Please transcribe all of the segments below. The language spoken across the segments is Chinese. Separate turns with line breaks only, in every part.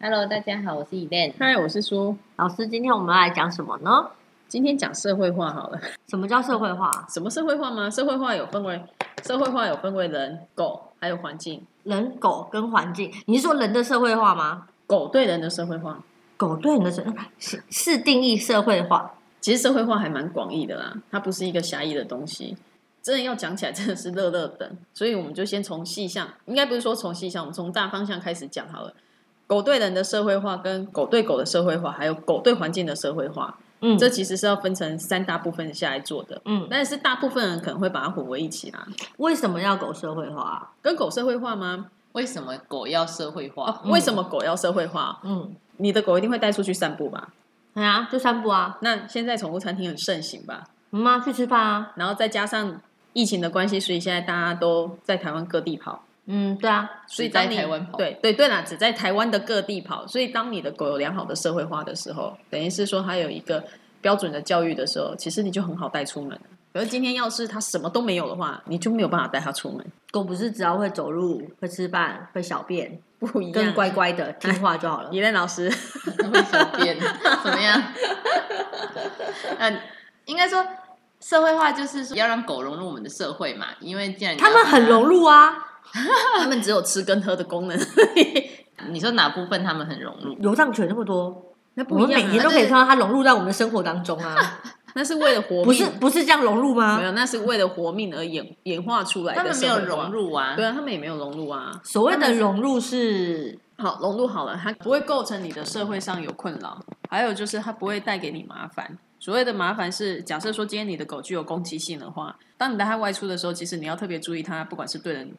Hello，大家好，我是 Eden
嗨，我是说，
老师，今天我们要来讲什么呢？
今天讲社会化好了。
什么叫社会化？
什么社会化吗？社会化有分为社会化有分为人、狗，还有环境。
人、狗跟环境，你是说人的社会化吗？
狗对人的社会化，
狗对人的社是是定义社会化，
其实社会化还蛮广义的啦，它不是一个狭义的东西。真的要讲起来，真的是乐乐等。所以我们就先从细项，应该不是说从细项，我们从大方向开始讲好了。狗对人的社会化，跟狗对狗的社会化，还有狗对环境的社会化，
嗯，
这其实是要分成三大部分下来做的。
嗯，
但是大部分人可能会把它混为一起啦。
为什么要狗社会化啊？
跟狗社会化吗？
为什么狗要社会化？
哦，为什么狗要社会化？
嗯，
你的狗一定会带出去散步吧？
对啊，就散步啊，
那现在宠物餐厅很盛行吧？
嗯啊，去吃饭啊，
然后再加上疫情的关系，所以现在大家都在台湾各地跑，
嗯，对啊，
所以
只在
当你
台湾跑
对对对啦，只在台湾的各地跑。所以当你的狗有良好的社会化的时候，等于是说它有一个标准的教育的时候，其实你就很好带出门。可是今天要是它什么都没有的话，你就没有办法带它出门，
狗不是只要会走路、会吃饭、会小便，
不一
跟
样。
乖乖的听话就好了。
一任老师，
为什么变？ 怎么样？那应该说社会化就是说要让狗融入我们的社会嘛，因为既然你要
他们很融入啊，
他们只有吃跟喝的功能，
你说哪部分他们很融入？
流浪犬那么多，
那
我们每天都可以看到它融入在我们的生活当中啊，
啊那是为了活命，
不是不是这样融入吗
没？有，那是为了活命而演演化出来的。
啊他们没有融，入啊
对，啊，他们也没有融入啊。
所谓的融入是，
好，融入好了，它不会构成你的社会上有困扰，还有就是它不会带给你麻烦。所谓的麻烦是，假设说今天你的狗具有攻击性的话，当你带它外出的时候，其实你要特别注意它，不管是对人、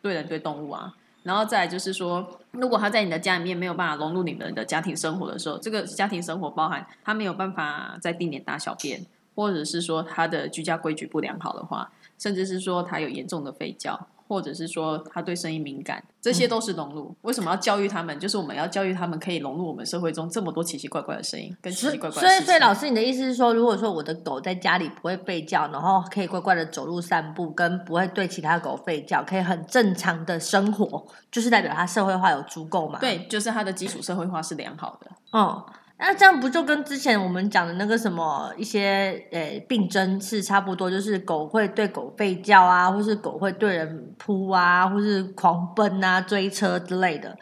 对人、对动物啊。然后再来就是说，如果它在你的家里面没有办法融入你的你的家庭生活的时候，这个家庭生活包含它没有办法在定点大小便，或者是说它的居家规矩不良好的话，甚至是说他有严重的吠叫，或者是说他对声音敏感，这些都是融入。为什么要教育他们？就是我们要教育他们可以融入我们社会中这么多奇奇怪怪的声音跟奇
所
奇
以
怪怪的
所
事
以
情。
所以老师，你的意思是说，如果说我的狗在家里不会吠叫，然后可以乖乖的走路散步，跟不会对其他狗吠叫，可以很正常的生 活，就是代表它社会化有足够嘛？，
对，就是他的基础社会化是良好的。
哦、那这样不就跟之前我们讲的那个什么一些呃、病症是差不多，就是狗会对狗吠叫啊，或是狗会对人扑啊，或是狂奔啊、追车之类的，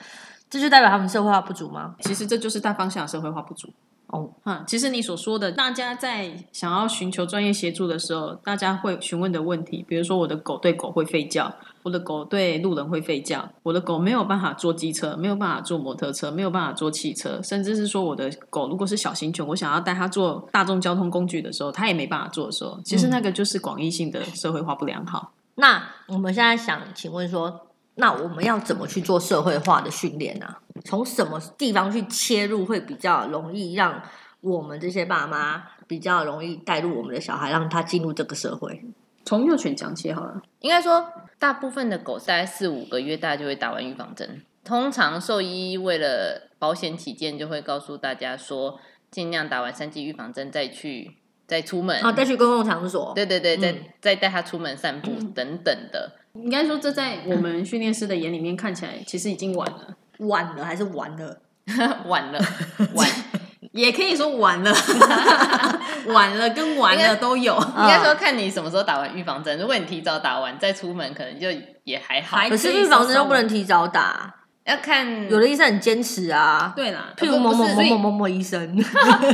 这就代表它们社会化不足吗？
其实这就是大方向的社会化不足。
哦，
嗯，其实你所说的，大家在想要寻求专业协助的时候，大家会询问的问题，比如说我的狗对狗会吠叫，我的狗对路人会吠叫，我的狗没有办法坐机车，没有办法坐摩托车，没有办法坐汽车，甚至是说我的狗如果是小型犬，我想要带它坐大众交通工具的时候，它也没办法坐的时候，
嗯
其实那个就是广义性的社会化不良好。
那我们现在想请问说，那我们要怎么去做社会化的训练呢、从什么地方去切入会比较容易让我们这些爸妈比较容易带入我们的小孩，让他进入这个社会？
从幼犬讲起好了，
应该说，大部分的狗大概四五个月大就会打完预防针。通常兽医为了保险起见，就会告诉大家说，尽量打完三剂预防针再去再出门。
啊，再去公共场所，
对对对，再、
嗯
再带它出门散步
嗯
等等的。
应该说这在我们训练师的眼里面看起来其实已经晚了，
晚了还是晚了？
晚 了，晚
也可以说 晚了，晚了跟晚了都有。
应该
嗯
说看你什么时候打完预防针。如果你提早打完再出门，可能就也还好。
还
可是预防针又不能提早打，
要 看
有的医生很坚持啊，
对啦，
譬如某某
不是
某
所以
某某某医生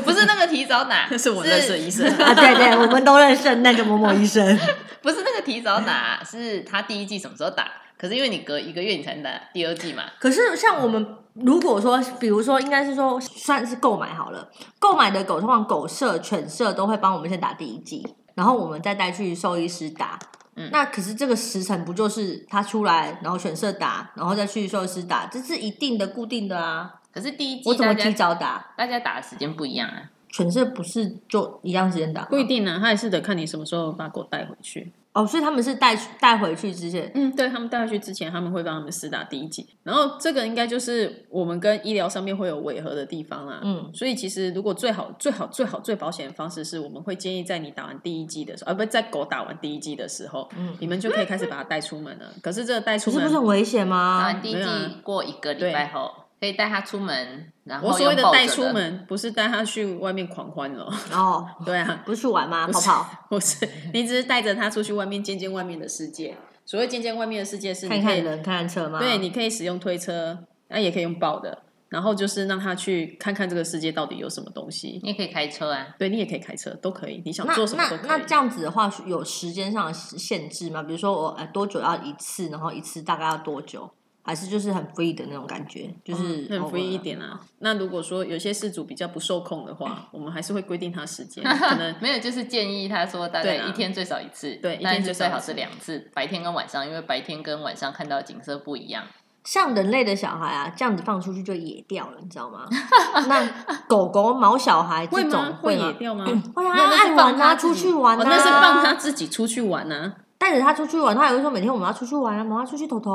不 是那个提早 打，
是我认识的医生
啊，对对，我们都认识那个某某医生。
不是那个提早打，是他第一季什么时候打？可是因为你隔一个月你才能打第二季嘛，
可是像我们如果说，比如说，应该是说算是购买好了，购买的狗通常狗舍、犬舍都会帮我们先打第一剂，然后我们再带去兽医师打。
嗯
那可是这个时辰不就是它出来，然后犬舍打，然后再去兽医师打，这是一定的固定的啊。
可是第一季
我怎
大
么提
家
早打？
大家打的时间不一样啊。
犬舍不是就一样时间打吗
不一定呢，他也是得看你什么时候把狗带回去。
哦，所以他们是带去带回去之前，
嗯，对他们带回去之前，他们会帮他们试打第一剂，然后这个应该就是我们跟医疗上面会有违和的地方啦。
嗯，
所以其实如果最好、最好、最好、最保险的方式是，我们会建议在你打完第一剂的时候，而、啊不是在狗打完第一剂的时候，
嗯
你们就可以开始把它带出门了。可是这个带啊
可
出
是不
门
是很危险
打
吗
完？第一
没有啊
季过一个礼拜后，可以带它出门，然后
我所谓
用
的
抱着
带出，门，不是带他去外面狂欢了。
哦，
对啊，
不是去玩吗？
不
泡
是
泡，
不是，你只是带着他出去外面见见外面的世界。所谓见见外面的世界， 是你
看
可以
看人，看看车吗？
对，你可以使用推车，那、也可以用抱的，然后就是让他去看看这个世界到底有什么东西。
你也可以开车啊。
对你也可以开车，都可以，你想
那
做什么
那
都可以。
那这样子的话，有时间上的限制吗？比如说我呃多久要一次，然后一次大概要多久？还是就是很 free 的那种感觉，就是
很
偶尔
free 一点啊。那如果说有些事主比较不受控的话，我们还是会规定他时间，可 能
没有，就是建议他说大概
对啊
一天最少一次，
对一天
但是
最少
最好
一次
是两次，白天跟晚上，因为白天跟晚上看到景色不一 样。
像人类的小孩啊，这样子放出去就野掉了，你知道吗？ 那狗狗、毛小孩
会
这种
吗？会野
吗？
掉吗？
会啊，
没有那是
爱
放
玩啊，
它自
出
己
去玩啊，
哦，那是放他自己出去玩 啊！
带着他出去玩，他还会说每天我们要出去玩啊，我们要出去头头。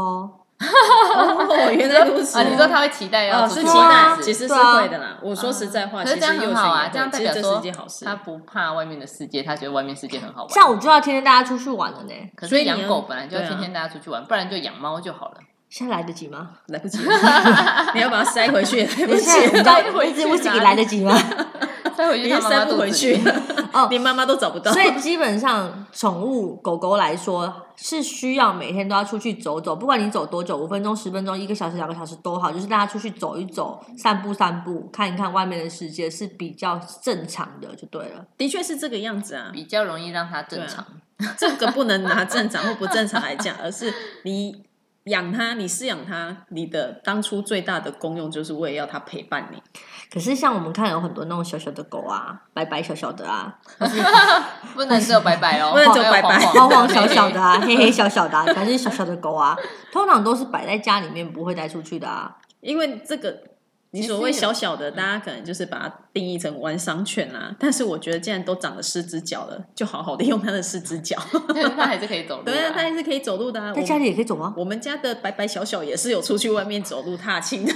哦，原来如此
啊，你说他会期待要
哦，
出去
是期
对啊
待
玩，
其实是
对啊
会的啦。我说实在话，
可
其
是
实
这样很好啊
幼稚园也会
这样代表
其实
说
这是一件好事
他。不怕外面的世界，他觉得外面世界很好玩。
像我就要天天带他出去玩了呢，
可
所以
是
你
养
要
狗本来就要
对啊
天天带它出去玩，不然就养猫就好了。
现在来得及吗？
来不及了， 你要把它塞回去也 来不
现
及
在你知
了，
道
带回
一
去
直威士忌
哪
来得及吗？
再回
你
去
也
他妈妈肚
塞不
子
回去
里，
哦，
连妈妈都找不到
所。 以基本上，宠物狗狗来说是需要每天都要出去走走，不管你走多久，五分钟、十分钟、一个小时、两个小时都好，就是大家出去走一走、散步散步，看一看外面的世界是比较正常的，就对了。
的确是这个样子啊，
比较容易让它正
对啊
常。
这个不能拿正常或不正常来讲，而是你养它，你饲养它，你的当初最大的功用就是为了要它陪伴你。
可是像我们看有很多那种小小的狗啊，白白小小的啊，
不能只有白白哦，
不能只有
还
白白
黄
黄黄
黄
的
小 小的。 啊，黑黑小小的、啊，反正是小小的狗啊，通常都是摆在家里面不会带出去的啊。
因为这个，你所谓小小的，大家可能就是把它定义成玩商犬啊。但是我觉得，既然都长了四只脚了，就好好的用它的四只脚。
但是它还是可以走路、
对啊，它
啊。
还是可以走路的、啊。
在家里也可以走 吗？
我们，我们家的白白小小也是有出去外面走路踏青的。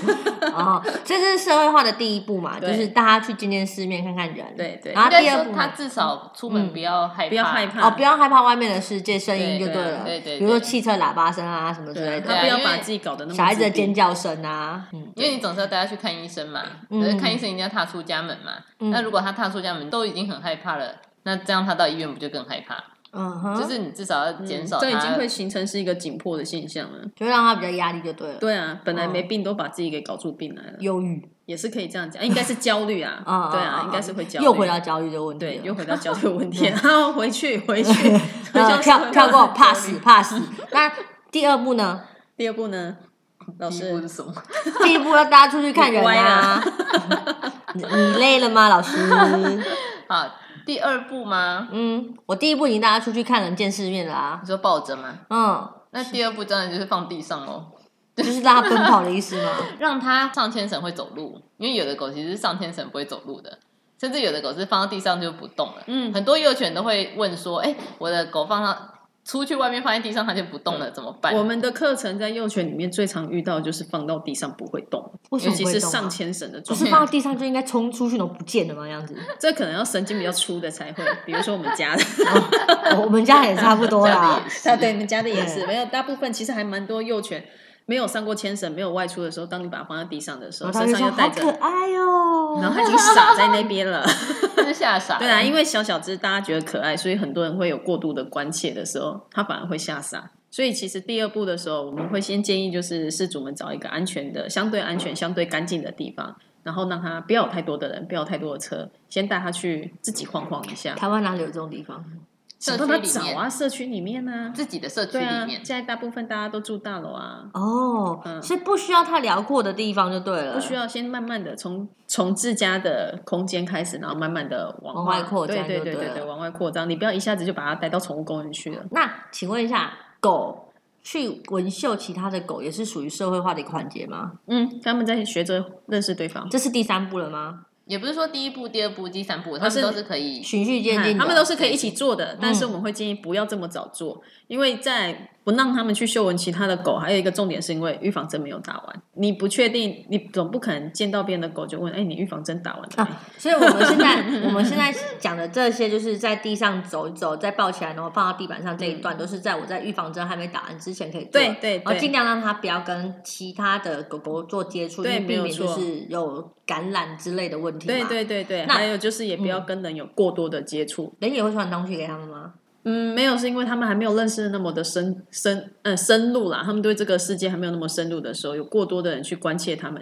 哦，这是社会化的第一步嘛，就
对
是大家去见见世面，看看人。
对对
然后
应
第
该
二
说
步
它
呢，
至少出门不要害怕，
嗯不要害 怕
哦，不要害怕外面的世界声音就
对
对了，
对对对
比如说汽车喇叭声啊什么之类
对啊，
的，
它不要
因为
把自己搞得那么
小孩子的
自闭
尖叫声啊，嗯，
因为你总是要带他去看医生嘛，
嗯
可是看医生一定要踏出家门嘛。
嗯
那如果他踏出家门都已经很害怕了，那这样他到医院不就更害怕？
嗯哼，
就是你至少要减少
这已经
他
会形成是一个紧迫的现象了。
就会让他比较压力就对了，
对啊，本
哦
来没病都把自己给搞出病来了，
忧郁
也是可以这样讲，应该是焦虑啊，
啊，
对啊，应该是会焦虑。
又回到焦虑这个问题
对，
了，
又回 到焦虑问题， 然后回去回去，回
呃
到
跳跳 过 pass
焦虑
pass，那第二步呢？
第二步呢，老
第一步是
师
什么？
第一步要大家出去看人啊， 你你累了吗，老师？
啊，第二步吗？
嗯，我第一步已经带他出去看人见世面了啊，
你说抱着吗？
嗯，
那第二步当然就是放地上喽，
就是让他奔跑的意思嘛。
让它上牵绳会走路，因为有的狗其实是上牵绳不会走路的，甚至有的狗是放到地上就不动了。
嗯，
很多幼犬都会问说：“哎、我的狗放到出去外面放在地上，它就不动
嗯
了，怎么办
我们的课程在幼犬里面最常遇到就是放到地上不会动，
为什
尤
么
其
会
是
动啊
上千绳的
不
状
是
态，
放到地上就应该冲出去，然后不见了吗？这样子，
这可能要神经比较粗的才会，比如说我们家的。
我我们家也差不多
这样
啦
子也。是
啊，对，你们家的也是，
嗯
对
没有大部分其实还蛮多幼犬没有上过牵绳，没有外出的时候，当你把它放在地上的时
然
哦
候，
后他
身
就说
上又带
好可
着，
爱哦、
然后它已经傻在那边 了。？”
它就吓傻了。
对啊，因为小小只大家觉得可爱，所以很多人会有过度的关切的时候，它反而会吓傻。所以其实第二步的时候，我们会先建议就是事主们找一个安全的、相对安全、相对干净的地方，然后让它不要有太多的人，不要有太多的车，先带它去自己晃晃一下，
台湾哪里有这种地方？
嗯
社区
帮
里
它找
面、
啊，社区里面啊，
自己的社区
对
里
啊，
面
现，在大部分大家都住大楼啊，
哦、
嗯
所以不需要他聊过的地方就对了。
不需要先慢慢的从从自家的空间开始，然后慢慢的往
往外扩展
对
就对
对对
了
对对，往外扩张，你不要一下子就把它带到宠物公园去了。
那请问一下，狗去纹绣其他的狗也是属于社会化的一个环节吗？
嗯，他们在学着认识对方，
这是第三步了吗？
也不是说第一步、第二步、第三步，它
哦是
们都是可以。
嗯
循序渐进的，嗯
他们都是可以一起做的，但是我们会建议不要这么早做，因为在不让他们去嗅闻其他的狗，还有一个重点是因为预防针没有打完，你不确定，你总不可能见到别人的狗就问，哎、你预防针打完了没？
啊所以我们现在 我们现在讲的这些，就是在地上走一走，再抱起来，然后放到地板上这一段，都是在我在预防针还没打完之前可以做。
对对
然后尽
对，
量让它不要跟其他的狗狗做接触，因
对
为避
没
免
有
就
错
是有感染之类的问题嘛。
对对对对，
那嗯
还有就是也不要跟人有过多的接触。
人也会传东西给他们吗？
嗯，没有，是因为他们还没有认识那么的深深呃深入啦，他们对这个世界还没有那么深入的时候，有过多的人去关切他们。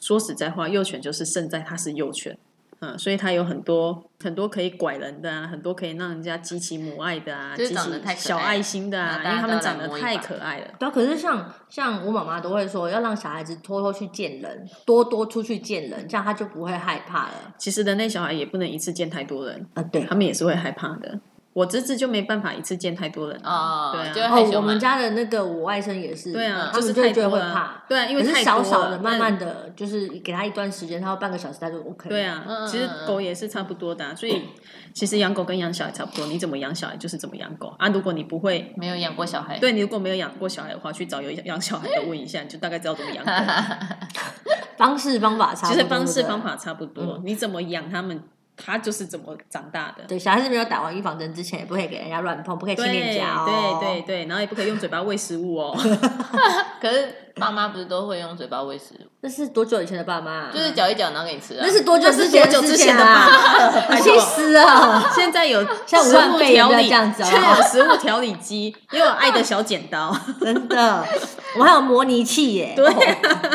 说实在话，幼犬就是胜在它是幼犬，嗯，所以它有很多很多可以拐人的啊，很多可以让人家激起母爱的啊，
就是
激
长得
起
太可爱
小爱心的啊，
了
因为他们长
大家
得
都来摸一把
太可爱了。
对啊，可是像像我妈妈都会说，要让小孩子偷偷去见人，多多出去见人，这样他就不会害怕了。
其实人类小孩也不能一次见太多人，
啊，对
他。们也是会害怕的。我侄子就没办法一次见太多人
哦
对啊，
就害
哦
羞，嘛
我们家的那个我外甥也是，
对
嗯
啊，
他
就
们
是
就
太
会觉得
多
会
了啊
怕，，
对啊，因为
可
太
是
多
少
了
少的，
嗯
慢慢的，就是给他一段时间，他要半个小时，他就 OK。
对，啊，
嗯
其实狗也是差不多的啊、所以其实养狗跟养小孩差不多，你怎么养小孩就是怎么养狗啊。如果你不会，
没有养过小孩，
对你如果没有养过小孩的话，去找有养小孩的问一下，你就大概知道怎么 养狗。
方式方法差不
其
多。
实方
对
式
不对
方。法差不多，你怎么养它们，它就是怎么长大的。
对，小孩子没有打完预防针之前，也不可以给人家乱碰，不可以
对
亲脸颊
对
哦。
对对，然后也不可以用嘴巴喂食 物哦。
可是爸妈不是都会用嘴巴喂食物，
嗯
那是多久以前的爸妈？啊
就是嚼一嚼，然后给你吃啊
那。是多久之前的
那是多久
事
之
情
前的
啊？
爸
气死了！
现在有
像武
食
汉
物
肺炎
调
不要
理，
这样子 哦
现在有食物调理机，也有爱的小剪刀。
真的，我们还有模拟器耶！
对
哦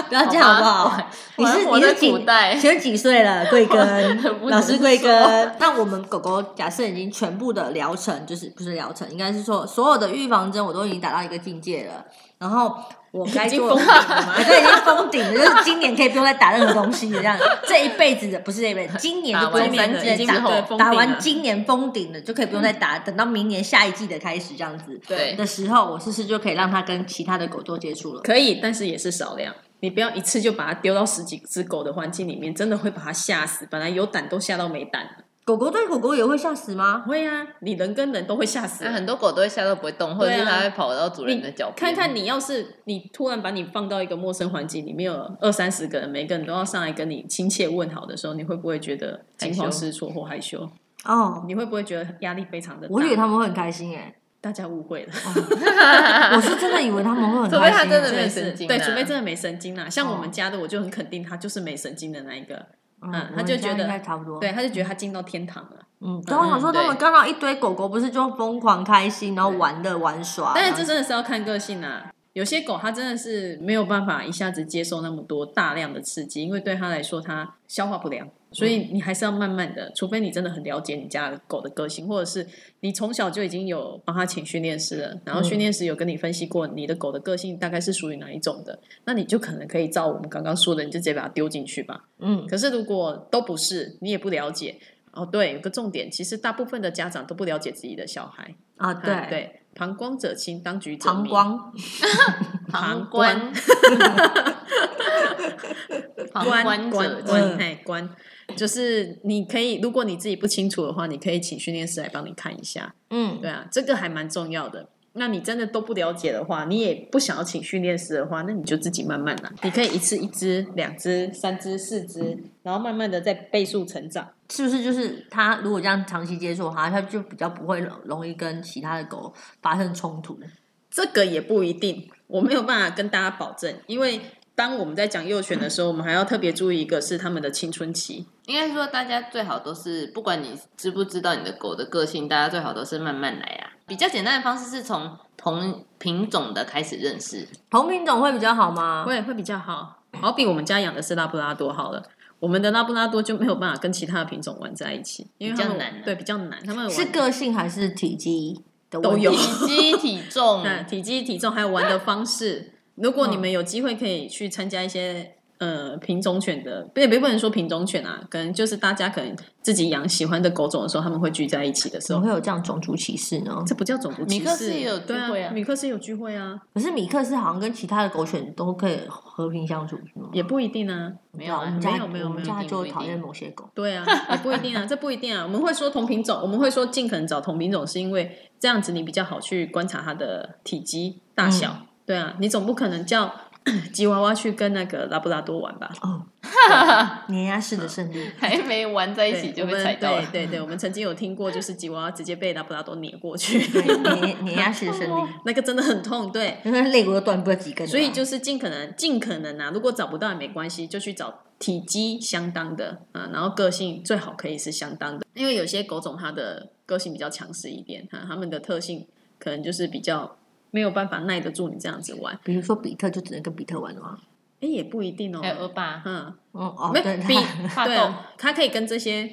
不要这样好不好
好吧？
你是
我还活
你
在
是几
古代
请问几岁了？贵根
不
老师
能
贵根
说，
那我们狗狗假设已经全部的疗程，就是不是疗程，应该是说所有的预防针我都已经达到一个境界了，然后我该
已经
做
封顶了吗
我都已经封顶了，就是今年可以不用再打任何东西了，这样这一辈子的不是这一辈子，今年就不用
打
再
完三
再
剂
打
之后
封
打
顶
完
了
今年封顶了就可以不用再打，等到明年下一季的开始这样子。
对
的时候，我是不是就可以让它跟其他的狗做接触了？
可以，但是也是少量。你不要一次就把它丢到十几只狗的环境里面，真的会把它吓死。本来有胆都吓到没胆了。
狗狗对狗狗也会吓死吗？
会啊，你人跟人都会吓死
那
人。
很多狗都会吓到不会动，或者是它会跑到主人的脚边。
看看啊你要是你突然把你放到一个陌生环境里面，有二三十个人，每个人都要上来跟你亲切问好的时候，你会不会觉得惊慌失措或害羞？
哦，
你会不会觉得压力非常的大？
我以为他们会很开心 哎、
大家误会了，
我是真的以为他们会很开心、
除
欸。
非他真的
真
没
的
神
是
经啊
对，除非真的没神经啦。像
哦
我们家的，我就很肯定他就是没神经的那一个，嗯
嗯，
他就觉得
我们家应该差不多。
对，，他就觉得他进到天堂了。
嗯，但我想说，
嗯
他们
对
看到一堆狗狗，不是就疯狂开心，然后玩乐玩耍。
但是这真的是要看个性啊。有些狗它真的是没有办法一下子接受那么多大量的刺激，因为对它来说它消化不良，所以你还是要慢慢的，除非你真的很了解你家的狗的个性，或者是你从小就已经有帮它请训练师了，然后训练师有跟你分析过你的狗的个性大概是属于哪一种的，那你就可能可以照我们刚刚说的，你就直接把它丢进去吧。
嗯，
可是如果都不是，你也不了解哦。对，有个重点，其实大部分的家长都不了解自己的小孩。
啊，
啊
对，
对，旁观者清，当局者
膀
迷。
胱
旁
旁
观
观，
旁
观
观
观
者
观，
清，
哎观，就是你可以，如果你自己不清楚的话，你可以请训练师来帮你看一下。
嗯，
对啊，这个还蛮重要的。那你真的都不了解的话，你也不想要请训练师的话，那你就自己慢慢来。你可以一次一只、两只、三只、四只，然后慢慢的再倍数成长。
是不是就是他如果这样长期接触它，他就比较不会容容易跟其他的狗发生冲突。
这个也不一定，我没有办法跟大家保证，因为当我们在讲幼犬的时候，我们还要特别注意一个是他们的青春期。
应该说大家最好都是，不管你知不知道你的狗的个性，大家最好都是慢慢来啊。比较简单的方式是从同品种的开始认 识，
同品种会比较好吗？
会会比较好。好比我们家养的是拉布拉多好了，我们的拉布拉多就没有办法跟其他的品种玩在一起，因为他们
比较难啊
对，比较难。他们玩
是个性还是体积的问题
都有
体积、体重，
嗯体积、体重还有玩的方式。如果你们有机会可以去参加一些呃品种犬的，不也不能说品种犬啊，可能就是大家可能自己养喜欢的狗种的时候，他们会聚在一起的时
怎么
候，
会有这样种族歧视呢？
这不叫种族歧
嗯
视。
米克斯也有聚
对
会
啊，
啊
米克斯有聚会啊，
可是米克斯好像跟其他的狗犬都可以和平相处，是吗？
也不一定啊，
没有
我
啊，
们
没
家
有没有
我
没
们
有
家就
不一定
讨厌某些狗。
对啊，也不一定啊，这不一定啊。我们会说同品种，我们会说尽可能找同品种，是因为这样子你比较好去观察它的体积大
嗯
小。对啊，你总不可能叫 吉娃娃去跟那个拉布拉多玩吧？
哦， 碾压式的胜 利，
还没玩在一起就
对我
会
们
踩到了。
对对对，我们曾经有听过，就是吉娃娃直接被拉布拉多碾过去，
对碾碾压式的胜利，
那个真的很痛。对，
因为 肋骨都断不了几根了啊。
哦所以就是尽可能尽可能啊，如果找不到也没关系，就去找体积相当的啊，然后个性最好可以是相当的，因为有些狗种它的个性比较强势一点啊，它们的特性可能就是比较没有办法耐得住你这样子玩，
比如说比特就只能跟比特玩了吗？
哎、也不一定哦
还，有恶霸、
嗯，
嗯哦，
没
对，
比
它
发
对
豆、
啊，它可以跟这些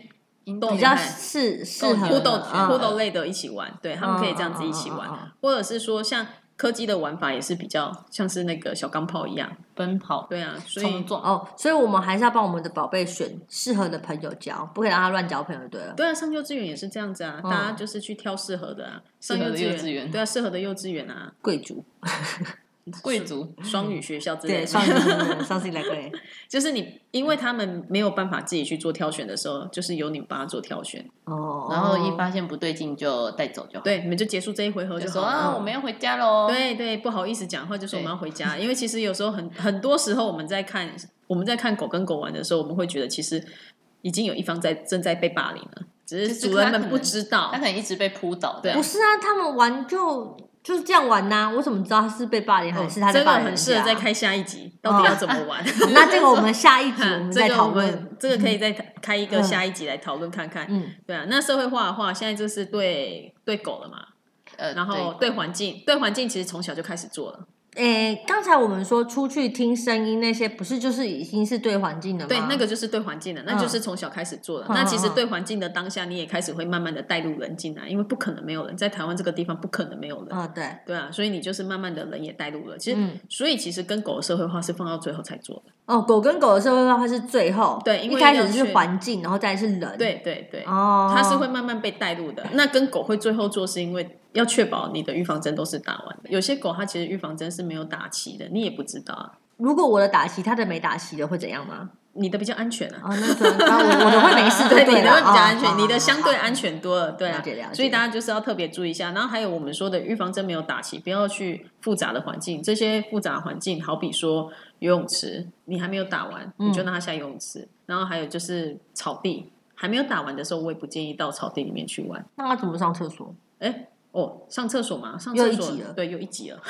银
斗
比
斗
较
厉害
适适
斗
合
互斗
的啊嗯
互斗，类的一起玩，对，他们可以这样子一
嗯嗯
起
嗯嗯
玩
嗯，
或者是说像柯基的玩法也是比较像是那个小钢炮一样，
奔跑、
对啊，所以
冲撞，
哦，所以我们还是要帮我们的宝贝选适合的朋友交，不可以让他乱交朋友就对了。
对啊，上幼稚园也是这样子啊，
嗯
大家就是去挑适合的啊，
哦适
上
合
幼
的
稚园，
幼稚园
对啊，适合的幼稚 园啊，
贵族，
贵族
双语学校之类
对，
的，
上次上次来个人，
就是你，因为他们没有办法自己去做挑选的时候，就是由你们帮他做挑选，
哦，
然后一发现不对劲就带走就好。
对，你们就结束这一回合
就
就
说
好了。嗯
啊，我们要回家喽。
对对，不好意思讲话，就说我们要回家，因为其实有时候很很多时候我们在看我们在看狗跟狗玩的时候，我们会觉得其实已经有一方在正在被霸凌了，只
就是是
主人
他
们
可
不
能
知道
他可，能一直被扑倒的
对啊
不是啊，他们玩就就是这样玩呐、我怎么知道他是被霸凌还是他
哦这
在
个
霸凌
很
人
适
家
啊
合再开下一
哦
集，到底要怎么 玩？
那这个我们下 一集我们
嗯这
再
个
讨
我
论。
们这个可以再开一个
嗯
下一集来讨论看看。
嗯，
对啊，那社会化的话，现在就是对对狗了嘛，
呃，
然后
对
对环境，对环境其实从小就开始做了。
诶、刚才我们说出去听声音那些，不是就是已经是对环境的吗？
对，那个就是对环境的，那就是从小开始做的。
嗯
那其实对环境的当下，你也开始会慢慢的带入人进来，因为不可能没有人，在台湾这个地方不可能没有人。
啊、对，
对啊，所以你就是慢慢的人也带入了。其实，
嗯，
所以其实跟狗的社会化是放到最后才做的。
哦，狗跟狗的社会化它是最后，
对因为
一开
要
始是
去
环境，然后再是人，，
对对对，
哦，
它是会慢慢被带 入的。那跟狗会最后做，是因为要确保你的预防针都是打完的。有些狗它其实预防针是没有打齐的，你也不知道啊。
如果我的打席，他的没打席的会怎样吗？
你的比较安全啊，
哦，那可 能啊我我的会没事就
对，你
对
的
了，
会比较安
哦
全，你的相对。
好好好
安全多了，对
了
啊
解了。解
所以大家就是要特别注意一下。然后还有我们说的预防针没有打齐，不要去复杂的环境。这些复杂的环境，好比说游泳池，你还没有打完，
嗯
你就让它下游泳池。然后还有就是草地，还没有打完的时候，我也不建议到草地里面去玩。
那他怎么上厕所？
哎，哦，上厕所嘛，上
又
厕
一
所
集了
对，又一集了。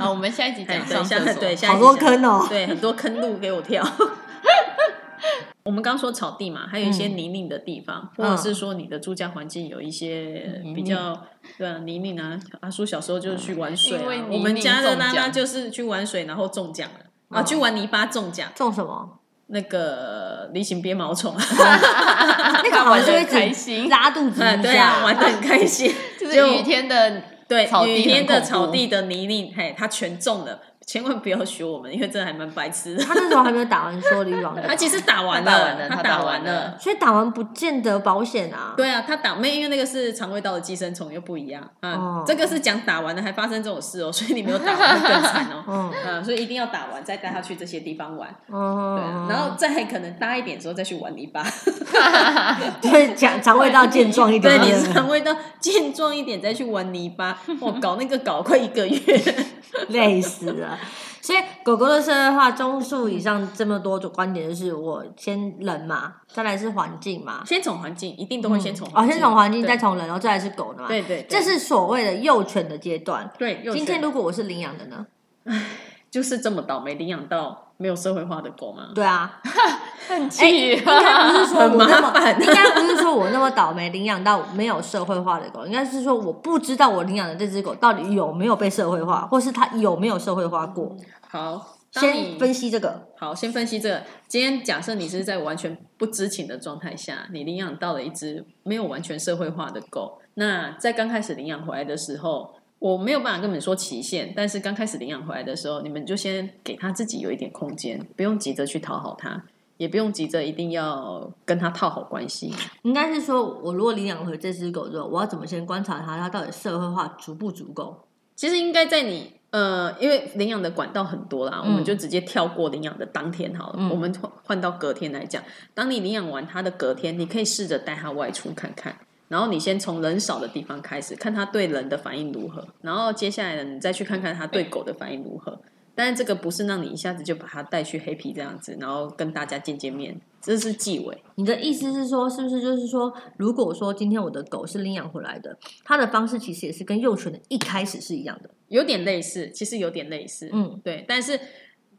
啊，我们下一集
哎
讲
对
上
下
厕所
对，下一集
好多
讲
坑哦，
对，很多坑路给我跳。 我们刚说草地嘛，还有一些泥泞的地方，
嗯
或者是说你的住家环境有一些
泥泞
比较对啊泥泞啊。阿叔小时候就是去玩水、啊
因为泥，泞
我们家的
中
拉拉
奖
就是去玩水，然后中奖了。啊，
嗯
去玩泥巴中奖，
种什 么？
那个梨形鞭 毛虫，
那个好像是会一
开
直
心
拉肚子
哎
一
对啊，玩
下，
的很开心。
就是雨天 的
对
草地
雨天的
很恐怖
草地的泥泞，嘿，它全中了，千万不要学我们，因为这还蛮白痴的。
他那时候还没有打完说李网的，
他其实打完
他打完
了，
了
他
他
打
打完
完
了
了。
所以打完不见得保险啊。
对啊，他打没有因为那个是肠胃道的寄生虫又不一样啊、
哦
这个是讲打完了还发生这种事哦，所以你没有打完会更惨 哦。
嗯，
嗯，所以一定要打完再带他去这些地方玩，对啊
哦，
然后再可能大一点的时候再去玩泥巴，哎
就是肠肠胃道健壮 一
对，
点
你
点，
肠胃道健壮一点再去玩泥巴，我搞那个搞快一个月，
累死了。所以狗狗的社会化，综述以上这么多种观点，就是我先人嘛，再来是环境嘛，
先从环境，一定都会先从
哦，先从环境，
对
再从人，然后再来是狗的嘛。
对，对，对
这是所谓的幼犬的阶段。
对。幼
今天
犬
如果我是领养的呢？
就是这么倒霉，领养到没有社会化的狗吗？
对啊，
很气，
应该不是说
很
我那
麻
么，
烦
应该不是说我那么倒霉，领养到没有社会化的狗，应该是说我不知道我领养的这只狗到底有没有被社会化，或是它有没有社会化过。
好，嗯当
先
你
分析这个，
好，先分析这个。今天假设你是在完全不知情的状态下，你领养到了一只没有完全社会化的狗，那在刚开始领养回来的时候，我没有办法跟你们说期限，但是刚开始领养回来的时候，你们就先给他自己有一点空间，不用急着去讨好他，也不用急着一定要跟他套好关系。
应该是说，我如果领养回这只狗之后，我要怎么先观察它，它到底社会化足不足够？
其实应该在你呃，因为领养的管道很多啦，
嗯
我们就直接跳过领养的当天好了，
嗯
我们换换到隔天来讲。当你领养完它的隔天，你可以试着带它外出看看。然后你先从人少的地方开始，看它对人的反应如何，然后接下来呢，你再去看看它对狗的反应如何。但是这个不是让你一下子就把它带去黑皮这样子，然后跟大家见见面，这是纪委。
你的意思是说，是不是就是说，如果说今天我的狗是领养回来的，它的方式其实也是跟幼犬的一开始是一样的？
有点类似，其实有点类似，
嗯，
对。但是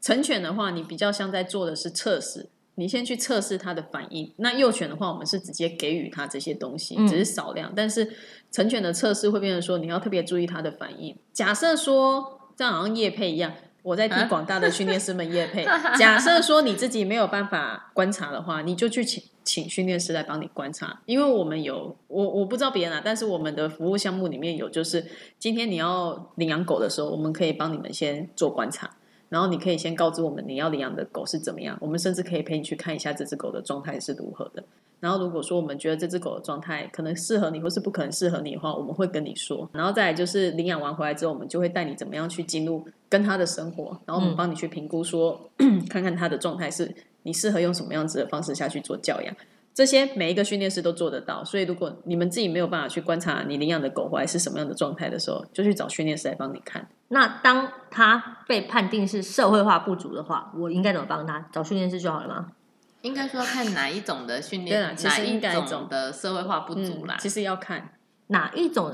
成犬的话，你比较像在做的是测试，你先去测试它的反应。那幼犬的话，我们是直接给予它这些东西，
嗯
只是少量。但是成犬的测试会变成说，你要特别注意它的反应。假设说，这样好像叶配一样。我在替
啊
广大的训练师们业配。假设说你自己没有办法观察的话，你就去请请训练师来帮你观察，因为我们有我我不知道别人啊，但是我们的服务项目里面有，就是今天你要领养狗的时候，我们可以帮你们先做观察，然后你可以先告知我们你要领养的狗是怎么样，我们甚至可以陪你去看一下这只狗的状态是如何的。然后如果说我们觉得这只狗的状态可能适合你，或是不可能适合你的话，我们会跟你说。然后再来就是领养完回来之后，我们就会带你怎么样去进入跟它的生活，然后我们帮你去评估说， 看看它的状态是你适合用什么样子的方式下去做教养。这些每一个训练师都做得到，所以如果你们自己没有办法去观察你领养的狗回来是什么样的状态的时候，就去找训练师来帮你看。
那当它被判定是社会化不足的话，我应该怎么帮它？找训练师就好了吗？
应该说要看哪一种的训
对啦
练，
其
哪
实应该一种
种的社会化不足啦
嗯，。其实要看，
哪一种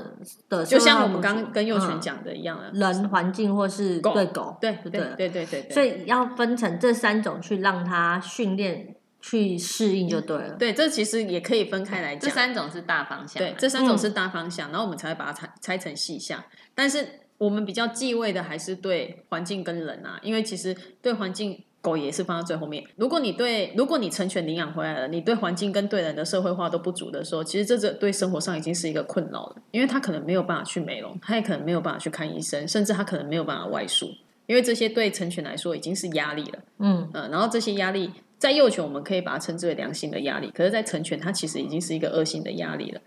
的社
就
会化
像我
不
们
足
刚刚跟幼犬
嗯
讲的一样啊，
人、环境或是
狗
对狗，
对
就
对
了
对对对对，
所以要分成这三种去让它训练去适应就对了。
对这其实也可以分开来
这
讲。
三种是大方向啊。
对，这三种
嗯
是大方向，然后我们才会把它拆拆成细项。但是我们比较忌讳的还是对环境跟人啊，因为其实对环境。狗也是放到最后面。如果你对，如果你成犬领养回来了，你对环境跟对人的社会化都不足的时候，其实这这对生活上已经是一个困扰了，因为他可能没有办法去美容，他也可能没有办法去看医生，甚至他可能没有办法外宿，因为这些对成犬来说已经是压力了。
嗯，
嗯，然后这些压力在幼犬我们可以把它称之为良性的压力，可是，在成犬它其实已经是一个恶性的压力了。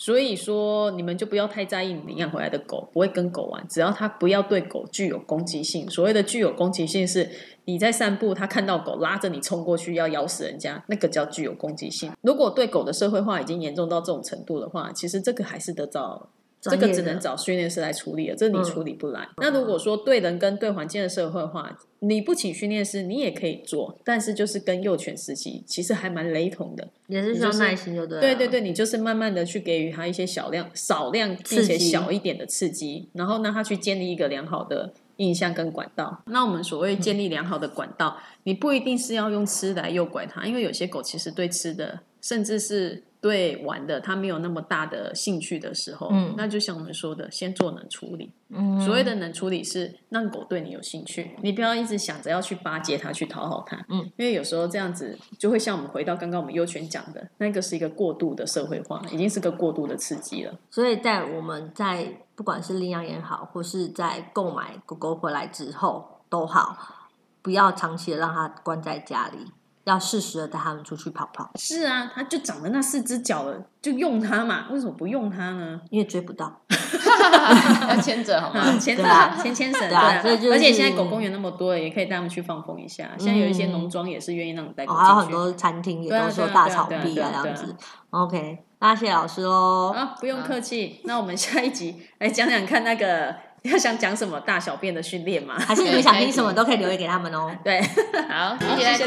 所以说，你们就不要太在意你领养回来的狗不会跟狗玩，只要它不要对狗具有攻击性。所谓的具有攻击性是，你在散步，它看到狗拉着你冲过去要咬死人家，那个叫具有攻击性。如果对狗的社会化已经严重到这种程度的话，其实这个还是得找这
专
个
业
只
的
能找训练师来处理了，这你
嗯
处理不来。那如果说对人跟对环境的社会化，你不请训练师，你也可以做，但是就是跟幼犬时期其实还蛮雷同的。
也是需要耐心就对了。啊
对对对，你就是慢慢的去给予他一些小量、少量并
刺
且
激
小一点的刺激，然后让他去建立一个良好的印象跟管道。
嗯
那我们所谓建立良好的管道，你不一定是要用吃来诱拐它，因为有些狗其实对吃的，甚至是对玩的，它没有那么大的兴趣的时候，
嗯
那就像我们说的，先做冷处理。
嗯，
所谓的冷处理是让狗对你有兴趣，你不要一直想着要去巴结它、去讨好它，
嗯，
因为有时候这样子就会像我们回到刚刚我们优权讲的，那个是一个过度的社会化，已经是个过度的刺激了。
所以在我们在不管是领养也好，或是在购买狗狗回来之后都好，不要长期的让它关在家里，要适时的带它们出去跑跑，
是啊，它就长了那四只脚了，就用它嘛，为什么不用它呢？
因为追不到。
要牵着好
啊，
吗？
牵
对啊
绳，牵牵绳，
对啊
对
所以就是
而且现在狗公园那么多了，也可以带它们去放风一下。现在有一些农庄也是愿意让你带狗
哦，
进去。
还有嗯很多餐厅也
对啊
都说
对啊
大
对啊
草
对啊
地
对啊
啊这
对
样
啊
子。OK，那谢谢老师哦喽。
啊，不用客气。那我们下一集来讲讲看那个 要想讲什么大小便的训练嘛？
还是你们想听什么都可以留言给他们哦。
对。
好，谢谢大
嗯谢谢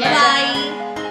拜
家，
拜。